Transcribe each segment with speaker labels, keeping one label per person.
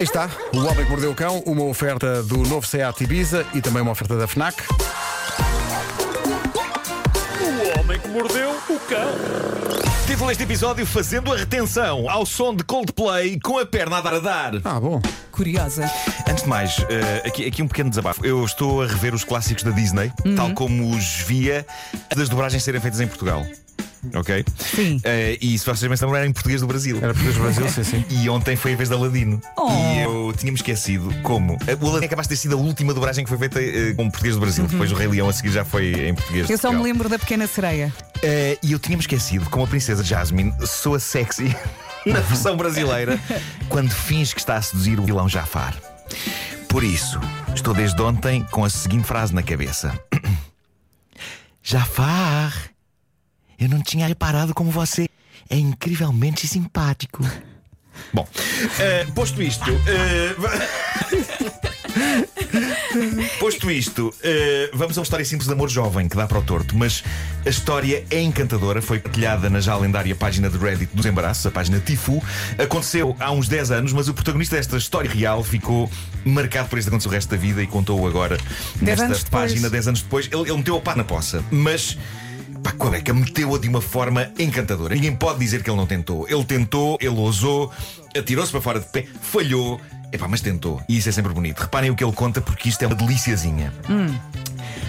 Speaker 1: Aí está, O Homem que Mordeu o Cão, uma oferta do novo SEAT Ibiza e também uma oferta da FNAC.
Speaker 2: O homem que mordeu o cão.
Speaker 3: Título deste um episódio Fazendo a retenção ao som de Coldplay com a perna a dar a dar.
Speaker 1: Ah, bom.
Speaker 4: Curiosa.
Speaker 3: Antes de mais, eh, aqui, aqui um pequeno desabafo. Eu estou a rever os clássicos da Disney,
Speaker 4: Uhum.
Speaker 3: tal como os via antes das dobragens serem feitas em Portugal. Ok?
Speaker 4: Sim.
Speaker 3: Eh, e se vocês bem se lembram, era em português do Brasil.
Speaker 1: Era português do Brasil, sim, sim.
Speaker 3: E ontem foi a vez da Aladino.
Speaker 4: Oh.
Speaker 3: E eu tinha-me esquecido como. O Aladino acabaste de ter sido a última dobragem que foi feita eh, com português do Brasil. Depois o Rei Leão a seguir já foi em português. de
Speaker 4: Uhum. Eu só me
Speaker 3: Portugal.
Speaker 4: lembro da pequena sereia.
Speaker 3: Eh, e eu tinha-me esquecido como a princesa Jasmine soa sexy na versão brasileira quando finge que está a seduzir o vilão Jafar. Por isso, estou desde ontem com a seguinte frase na cabeça: Jafar, eu não tinha reparado como você é incrivelmente simpático. Bom, eh, posto isto. eh, Posto isto, eh, vamos a uma história simples de amor jovem que dá para o torto, mas a história é encantadora, foi partilhada na já lendária página de Reddit dos embaraços, a página Tifu. Aconteceu há uns 10 anos, mas o protagonista desta história real ficou marcado por este aconteceu o resto da vida e contou-o agora
Speaker 4: 10
Speaker 3: nesta
Speaker 4: anos depois.
Speaker 3: página 10 anos depois. Ele, ele meteu a pá na poça, mas. Pá, com a beca, meteu-a de uma forma encantadora. Ninguém pode dizer que ele não tentou. Ele tentou, ele ousou, atirou-se para fora de pé, falhou. Epá, mas tentou. E isso é sempre bonito. Reparem o que ele conta, porque isto é uma deliciazinha.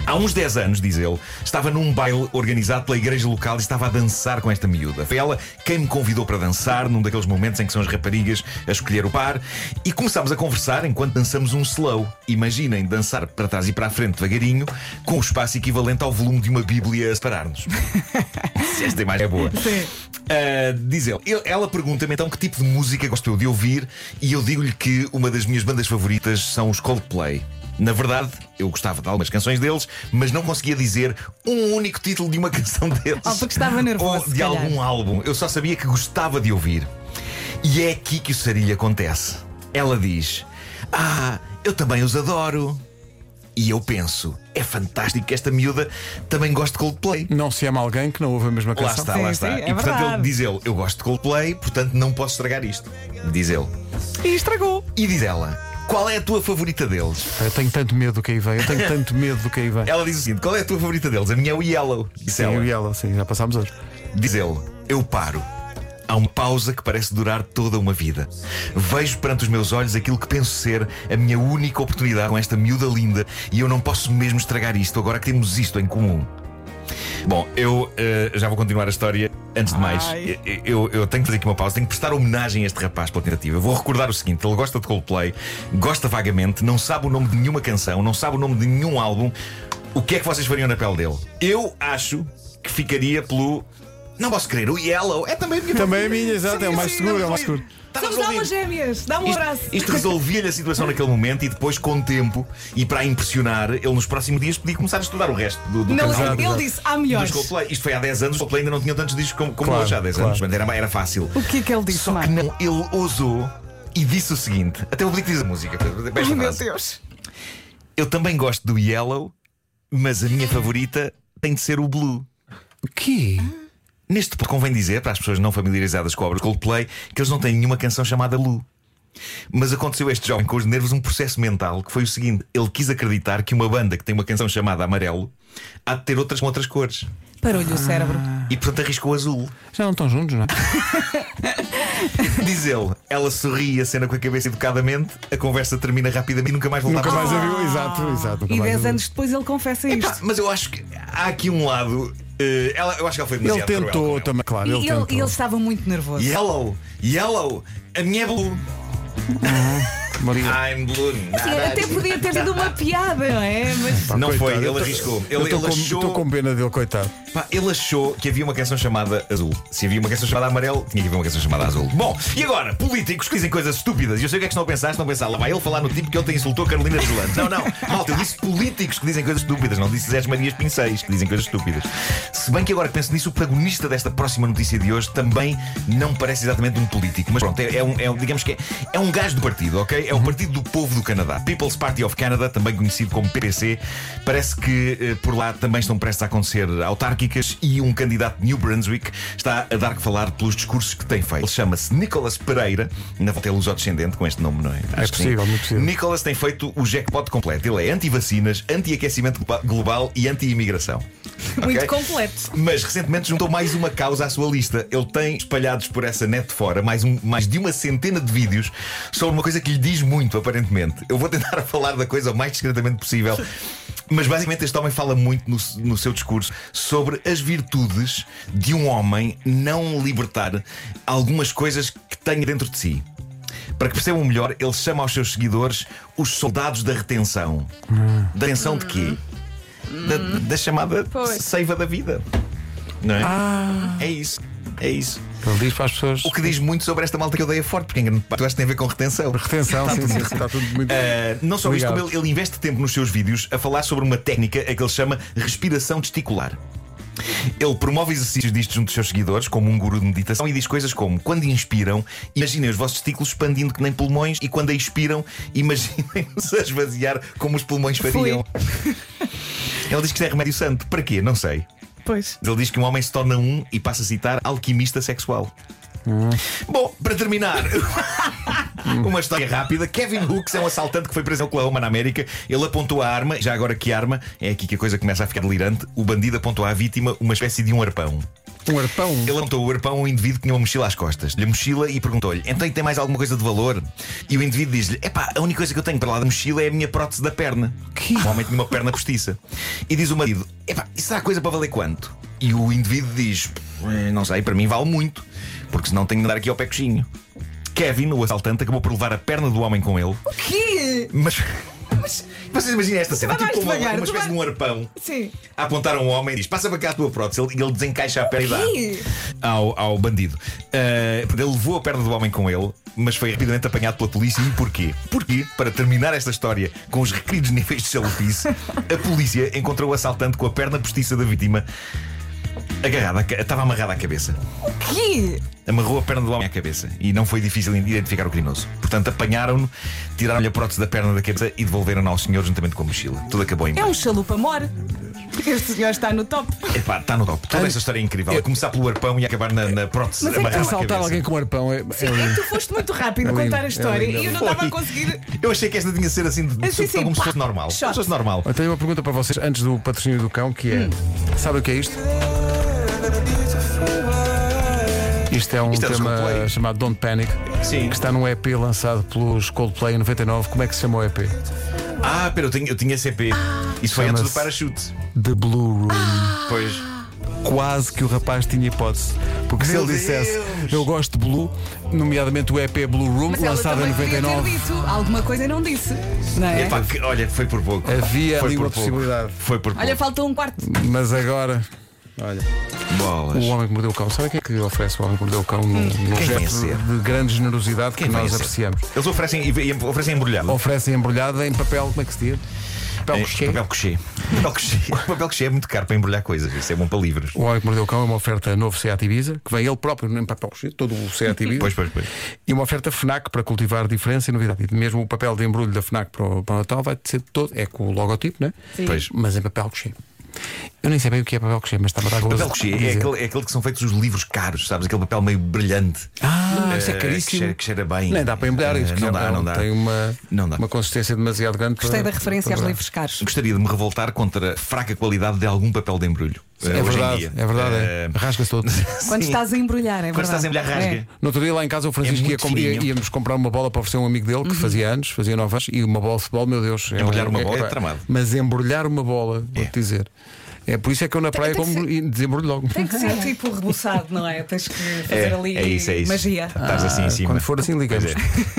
Speaker 3: Há uns 10 anos, diz ele, estava num baile organizado pela igreja local e estava a dançar com esta miúda. Foi ela quem me convidou para dançar, num daqueles momentos em que são as raparigas a escolher o par, e começámos a conversar enquanto dançamos um slow. Imaginem dançar para trás e para a frente devagarinho, com o espaço equivalente ao volume de uma Bíblia a separar-nos. Esta imagem é boa.
Speaker 4: Sim.
Speaker 3: Uh, diz ele, ele- ela pergunta-me então que tipo de música gosto eu de ouvir e eu digo-lhe que uma das minhas bandas favoritas são os Coldplay. Na verdade, eu gostava de algumas canções deles, mas não conseguia dizer um único título de uma canção deles.
Speaker 4: Oh, porque estava nervoso,
Speaker 3: Ou
Speaker 4: se
Speaker 3: de
Speaker 4: calhar.
Speaker 3: algum álbum. Eu só sabia que gostava de ouvir. E é aqui que o sarilho acontece. Ela diz: Ah, eu também os adoro. E eu penso: é fantástico que esta miúda também goste de Coldplay.
Speaker 1: Não se ama alguém que não ouve a mesma
Speaker 3: Lá
Speaker 1: canção.
Speaker 3: está,
Speaker 4: Sim,
Speaker 3: lá
Speaker 4: sim,
Speaker 3: está.
Speaker 4: é
Speaker 3: e portanto ele
Speaker 4: verdade.
Speaker 3: diz ele, eu gosto de Coldplay, portanto não posso estragar isto. Diz ele.
Speaker 4: E estragou.
Speaker 3: E diz ela, qual é a tua favorita deles?
Speaker 1: Eu tenho tanto medo do que aí vem, eu tenho tanto medo do que aí vem.
Speaker 3: Ela diz o seguinte, qual é a tua favorita deles? A minha é o Yellow. Diz,
Speaker 1: Sim, eu
Speaker 3: ela.
Speaker 1: e ela, sim, já passámos hoje.
Speaker 3: diz ele, eu paro. Há uma pausa que parece durar toda uma vida. Vejo perante os meus olhos aquilo que penso ser a minha única oportunidade com esta miúda linda e eu não posso mesmo estragar isto agora que temos isto em comum. Bom, eu eh, já vou continuar a história. Antes de mais,
Speaker 4: Ai.
Speaker 3: eh, eu, eu tenho que fazer aqui uma pausa, tenho que prestar homenagem a este rapaz pela tentativa. Vou recordar o seguinte: ele gosta de Coldplay, gosta vagamente, não sabe o nome de nenhuma canção, não sabe o nome de nenhum álbum. O que é que vocês fariam na pele dele? Eu acho que ficaria pelo. Não posso crer, o Yellow é também a minha
Speaker 1: Também é
Speaker 3: favorita.
Speaker 1: minha, exato, é o mais seguro, é o mais seguro.
Speaker 3: Está
Speaker 4: Somos
Speaker 3: resolvido.
Speaker 4: almas gêmeas. Dá um abraço.
Speaker 3: Isto, isto resolvia-lhe a situação naquele momento e depois, com o tempo, e para a impressionar, ele nos próximos dias podia começar a estudar o resto do, do
Speaker 4: Não,
Speaker 3: canal.
Speaker 4: ele
Speaker 1: exato.
Speaker 4: disse, há melhores.
Speaker 3: Dos Coldplay. Isto foi há 10 anos, o Coldplay ainda não tinha tantos discos como, como
Speaker 1: Claro,
Speaker 3: hoje há 10
Speaker 1: claro.
Speaker 3: anos. Portanto, Era, era fácil.
Speaker 4: O que é que ele disse
Speaker 3: Só que
Speaker 4: mais?
Speaker 3: não, ele ousou e disse o seguinte: até o que diz a música. Pedro, para esta
Speaker 4: Ai, meu
Speaker 3: frase.
Speaker 4: Deus.
Speaker 3: Eu também gosto do Yellow, mas a minha favorita tem de ser o Blue.
Speaker 1: O quê?
Speaker 3: Neste ponto, convém dizer, para as pessoas não familiarizadas com a obra de Coldplay, que eles não têm nenhuma canção chamada Blue. Mas aconteceu a este jovem com os nervos um processo mental que foi o seguinte: ele quis acreditar que uma banda que tem uma canção chamada Amarelo há de ter outras com outras cores.
Speaker 4: Parou-lhe o cérebro.
Speaker 3: E portanto arriscou azul.
Speaker 1: Já não estão juntos, não é?
Speaker 3: Diz ele, ela sorri a cena com a cabeça educadamente, a conversa termina rapidamente e nunca mais voltava
Speaker 1: Nunca mais
Speaker 3: a
Speaker 1: a viu, exato, exato. nunca
Speaker 4: E
Speaker 1: mais a
Speaker 4: 10
Speaker 1: viu.
Speaker 4: anos depois ele confessa
Speaker 3: Pá,
Speaker 4: isto.
Speaker 3: Mas eu acho que há aqui um lado. eh, ela, eu acho que ela foi
Speaker 1: Ele
Speaker 3: demasiado cruel com
Speaker 1: tentou
Speaker 3: ele.
Speaker 1: também, claro,
Speaker 4: E
Speaker 1: ah, ele
Speaker 4: ele,
Speaker 1: tentou.
Speaker 4: ele estava muito nervoso.
Speaker 3: Yellow, yellow, a minha é blue.
Speaker 1: Maria.
Speaker 3: I'm blue.
Speaker 4: Sim, até podia ter sido uma piada, não é? Mas
Speaker 1: Pá,
Speaker 3: Não
Speaker 1: coitado,
Speaker 3: foi, ele
Speaker 1: eu tô-
Speaker 3: arriscou.
Speaker 1: Eu
Speaker 3: Ele-
Speaker 1: estou
Speaker 3: ele
Speaker 1: com,
Speaker 3: achou-
Speaker 1: tô com pena dele, coitado.
Speaker 3: Pá, ele achou que havia uma canção chamada Azul. Se havia uma canção chamada Amarelo, tinha que haver uma canção chamada Azul. Bom, e agora? Políticos que dizem coisas estúpidas. E eu sei o que é que estão a pensar. Estão a pensar, lá vai ele falar no tipo que ontem insultou Carolina de Landes. Não, não. Malta, eu disse políticos que dizem coisas estúpidas. Não disse Zé Marias Pinceis que dizem coisas estúpidas. Se bem que agora que penso nisso, o protagonista desta próxima notícia de hoje também não parece exatamente um político. Mas pronto, é, é um, é um- digamos que é, é um gajo do partido, ok? é
Speaker 1: Uhum.
Speaker 3: o Partido do Povo do Canadá. People's Party of Canada, também conhecido como PPC. Parece que eh, por lá também estão prestes a acontecer autárquicas e um candidato de New Brunswick está a dar que falar pelos discursos que tem feito. Ele chama-se Nicholas Pereira, na volta é luso-descendente com este nome, não é? Acho que sim.
Speaker 1: possível, muito possível.
Speaker 3: Nicholas tem feito o jackpot completo. Ele é anti-vacinas, anti-aquecimento globa- global e anti-imigração.
Speaker 4: Muito
Speaker 3: Ok?
Speaker 4: completo.
Speaker 3: Mas recentemente juntou mais uma causa à sua lista. Ele tem espalhados por essa net fora mais, um- mais de uma centena de vídeos sobre uma coisa que lhe diz muito, aparentemente. Eu vou tentar falar da coisa o mais discretamente possível. Mas basicamente este homem fala muito no, no seu discurso sobre as virtudes de um homem não libertar algumas coisas que tem dentro de si. Para que percebam melhor, ele chama aos seus seguidores os soldados da retenção. Da retenção de quê? Da, da chamada
Speaker 5: Pois.
Speaker 3: seiva da vida. Não é? É isso. É isso.
Speaker 1: Ele diz para as pessoas.
Speaker 3: O que diz muito sobre esta malta que odeia forte, porque em grande parte eu acho que tem a ver com retenção.
Speaker 1: Retenção, sim, sim, está Tá tudo muito.
Speaker 3: Uh, não só isto,
Speaker 1: Obrigado.
Speaker 3: como ele, ele investe tempo nos seus vídeos a falar sobre uma técnica a que ele chama respiração testicular. Ele promove exercícios disto junto dos seus seguidores, como um guru de meditação, e diz coisas como: quando inspiram, imaginem os vossos testículos expandindo que nem pulmões, e quando expiram, imaginem-os a esvaziar como os pulmões fariam. Ele diz que isto é remédio santo. Para quê? Não sei.
Speaker 4: Pois.
Speaker 3: Ele diz que um homem se torna um e passa a citar alquimista sexual. Bom, para terminar, uma história rápida. Kevin Hooks é um assaltante que foi preso em Oklahoma, na América. Ele apontou a arma, e já agora que arma? É aqui que a coisa começa a ficar delirante. O bandido apontou à vítima uma espécie de um arpão.
Speaker 1: Um arpão.
Speaker 3: Ele apontou o arpão a um indivíduo que tinha uma mochila às costas. Lhe a mochila e perguntou-lhe: então e tem mais alguma coisa de valor? E o indivíduo diz-lhe: epá, a única coisa que eu tenho para lá da mochila é a minha prótese da perna. Que? O homem tinha uma perna postiça. E diz o marido: epá, isso será coisa para valer quanto? E o indivíduo diz: "Eh, não sei, para mim vale muito, porque senão tenho de andar aqui ao pé coxinho. Kevin, o assaltante, acabou por levar a perna do homem com ele,
Speaker 4: Que?
Speaker 3: mas. mas vocês imaginem esta cena,
Speaker 4: vai
Speaker 3: tipo uma,
Speaker 4: mais devagar,
Speaker 3: uma
Speaker 4: tu
Speaker 3: espécie
Speaker 4: vai-
Speaker 3: de um arpão
Speaker 4: Sim.
Speaker 3: a apontar a um homem e diz: Passa para cá a tua prótese. Ele, ele desencaixa a perna e
Speaker 4: quê?
Speaker 3: dá ao, ao bandido. Ah, portanto, ele levou a perna do homem com ele, mas foi rapidamente apanhado pela polícia. E porquê? Porque, para terminar esta história com os requeridos níveis de chalupice, a polícia encontrou o assaltante com a perna postiça da vítima agarrada, à ca- estava amarrada à cabeça.
Speaker 4: Que?
Speaker 3: Amarrou a perna do homem à cabeça e não foi difícil identificar o criminoso. Portanto, apanharam-no, tiraram-lhe a prótese da perna da cabeça e devolveram-no ao senhor juntamente com a mochila. Tudo acabou em
Speaker 4: É um chalupa mor. Este senhor está no top.
Speaker 3: Epá, está no top. Toda essa história é incrível. A começar pelo arpão e a acabar na, na prótese.
Speaker 4: Mas é que
Speaker 3: amarrada à
Speaker 1: Assaltar
Speaker 3: cabeça.
Speaker 1: alguém com um arpão é. é
Speaker 4: É que
Speaker 1: lindo.
Speaker 4: tu foste muito rápido
Speaker 1: É
Speaker 4: a
Speaker 1: lindo,
Speaker 4: contar
Speaker 1: é
Speaker 4: a história
Speaker 1: lindo.
Speaker 4: e eu não estava
Speaker 3: Foi.
Speaker 4: a conseguir.
Speaker 3: Eu achei que esta tinha de ser assim, de,
Speaker 1: É,
Speaker 3: de,
Speaker 4: Assim, sim,
Speaker 3: como se
Speaker 4: pá.
Speaker 3: fosse normal. Como se
Speaker 4: Shot.
Speaker 3: fosse normal.
Speaker 1: Eu tenho uma pergunta para vocês antes do patrocínio do cão, que é. Sabe o que é isto? Isto é um
Speaker 3: Isto é dos
Speaker 1: tema
Speaker 3: Coldplay.
Speaker 1: chamado Don't Panic,
Speaker 3: Sim.
Speaker 1: que está num EP lançado pelos Coldplay em 99. Como é que se chama o EP?
Speaker 3: Ah, pera, eu tinha, eu tinha CP. Isso foi antes do
Speaker 1: Ah. Chama-se-
Speaker 3: parachute.
Speaker 1: The Blue Room.
Speaker 3: Pois.
Speaker 1: Quase que o rapaz tinha hipótese. Porque se
Speaker 3: Meu
Speaker 1: ele dissesse
Speaker 3: Deus!
Speaker 1: eu gosto de Blue, nomeadamente o EP Blue Room,
Speaker 4: Mas ela
Speaker 1: lançado em
Speaker 4: também podia ter
Speaker 1: 99,
Speaker 4: dito. Alguma coisa não disse. Não é?
Speaker 3: Epá, que- olha, foi por pouco.
Speaker 1: havia
Speaker 3: foi
Speaker 1: ali
Speaker 3: por
Speaker 1: uma
Speaker 3: pouco.
Speaker 1: possibilidade.
Speaker 3: Foi por pouco.
Speaker 4: Olha, falta um quarto.
Speaker 1: Mas agora. Olha.
Speaker 3: Bolas.
Speaker 1: O Homem que Mordeu o Cão. Sabe quem é que oferece o Homem que Mordeu o Cão num, num
Speaker 3: Quem vai
Speaker 1: gesto
Speaker 3: ser?
Speaker 1: de grande generosidade que
Speaker 3: Quem vai
Speaker 1: nós
Speaker 3: ser?
Speaker 1: apreciamos?
Speaker 3: Eles oferecem, e- e oferecem embrulhado.
Speaker 1: Oferecem embrulhada em papel, como é que se diz? Papel
Speaker 3: É,
Speaker 1: cochê.
Speaker 3: Papel cochê. Papel cochê. papel cochê é muito caro para embrulhar coisas. Isso é bom para livros.
Speaker 1: O Homem que Mordeu o Cão é uma oferta novo Seat Ibiza, que vem ele próprio em papel cochê, todo o Seat Ibiza.
Speaker 3: Pois, pois, pois.
Speaker 1: E uma oferta FNAC para cultivar diferença e novidade. E mesmo o papel de embrulho da FNAC para o, para o Natal vai ser todo, é com o logotipo, né?
Speaker 4: Sim.
Speaker 3: Pois.
Speaker 1: Mas em papel cochê. Eu nem sei bem o que é papel cochê, mas está a dar gozo
Speaker 3: Papel cochê é
Speaker 1: dizer.
Speaker 3: aquele, é aquele que são feitos os livros caros, sabes? Aquele papel meio brilhante.
Speaker 1: Ah,
Speaker 3: Eh,
Speaker 1: isso é
Speaker 3: Que
Speaker 1: caríssimo.
Speaker 3: cheira, que cheira bem.
Speaker 1: Nem dá para embrulhar
Speaker 3: Eh,
Speaker 1: isto. que
Speaker 3: Não
Speaker 1: é
Speaker 3: dá,
Speaker 1: um-
Speaker 3: não dá.
Speaker 1: Tem uma,
Speaker 3: Não dá.
Speaker 1: uma consistência demasiado grande. para-
Speaker 4: Gostei da referência aos
Speaker 3: é.
Speaker 1: para-
Speaker 4: livros caros.
Speaker 3: Gostaria de me revoltar contra a fraca qualidade de algum papel de embrulho. eh,
Speaker 1: É
Speaker 3: hoje em
Speaker 1: verdade,
Speaker 3: dia.
Speaker 1: é verdade. é.
Speaker 3: Eh,
Speaker 1: Rasga-se todo.
Speaker 4: Quando
Speaker 3: sim.
Speaker 4: estás a embrulhar, é
Speaker 3: Quando estás a
Speaker 4: verdade.
Speaker 3: embrulhar, rasga.
Speaker 1: No outro dia lá em casa o Francisco
Speaker 3: É
Speaker 1: ia
Speaker 3: muito
Speaker 1: com- ia-
Speaker 3: fininho.
Speaker 1: íamos comprar uma bola para oferecer a um amigo
Speaker 4: Uhum.
Speaker 1: dele que fazia anos, fazia nove anos, e uma bola de futebol, meu Deus. é
Speaker 3: Embrulhar
Speaker 1: um-
Speaker 3: uma bola é tramado.
Speaker 1: Mas embrulhar uma bola, vou-te dizer. É por isso é que eu na praia
Speaker 4: tem que
Speaker 1: como e desembrulho logo.
Speaker 4: Tem que ser tipo reboçado, não é? Tens que fazer ali
Speaker 3: é isso, é isso.
Speaker 4: magia.
Speaker 3: Estás assim em cima.
Speaker 1: Quando Ah, for assim, ligamos.
Speaker 3: Pois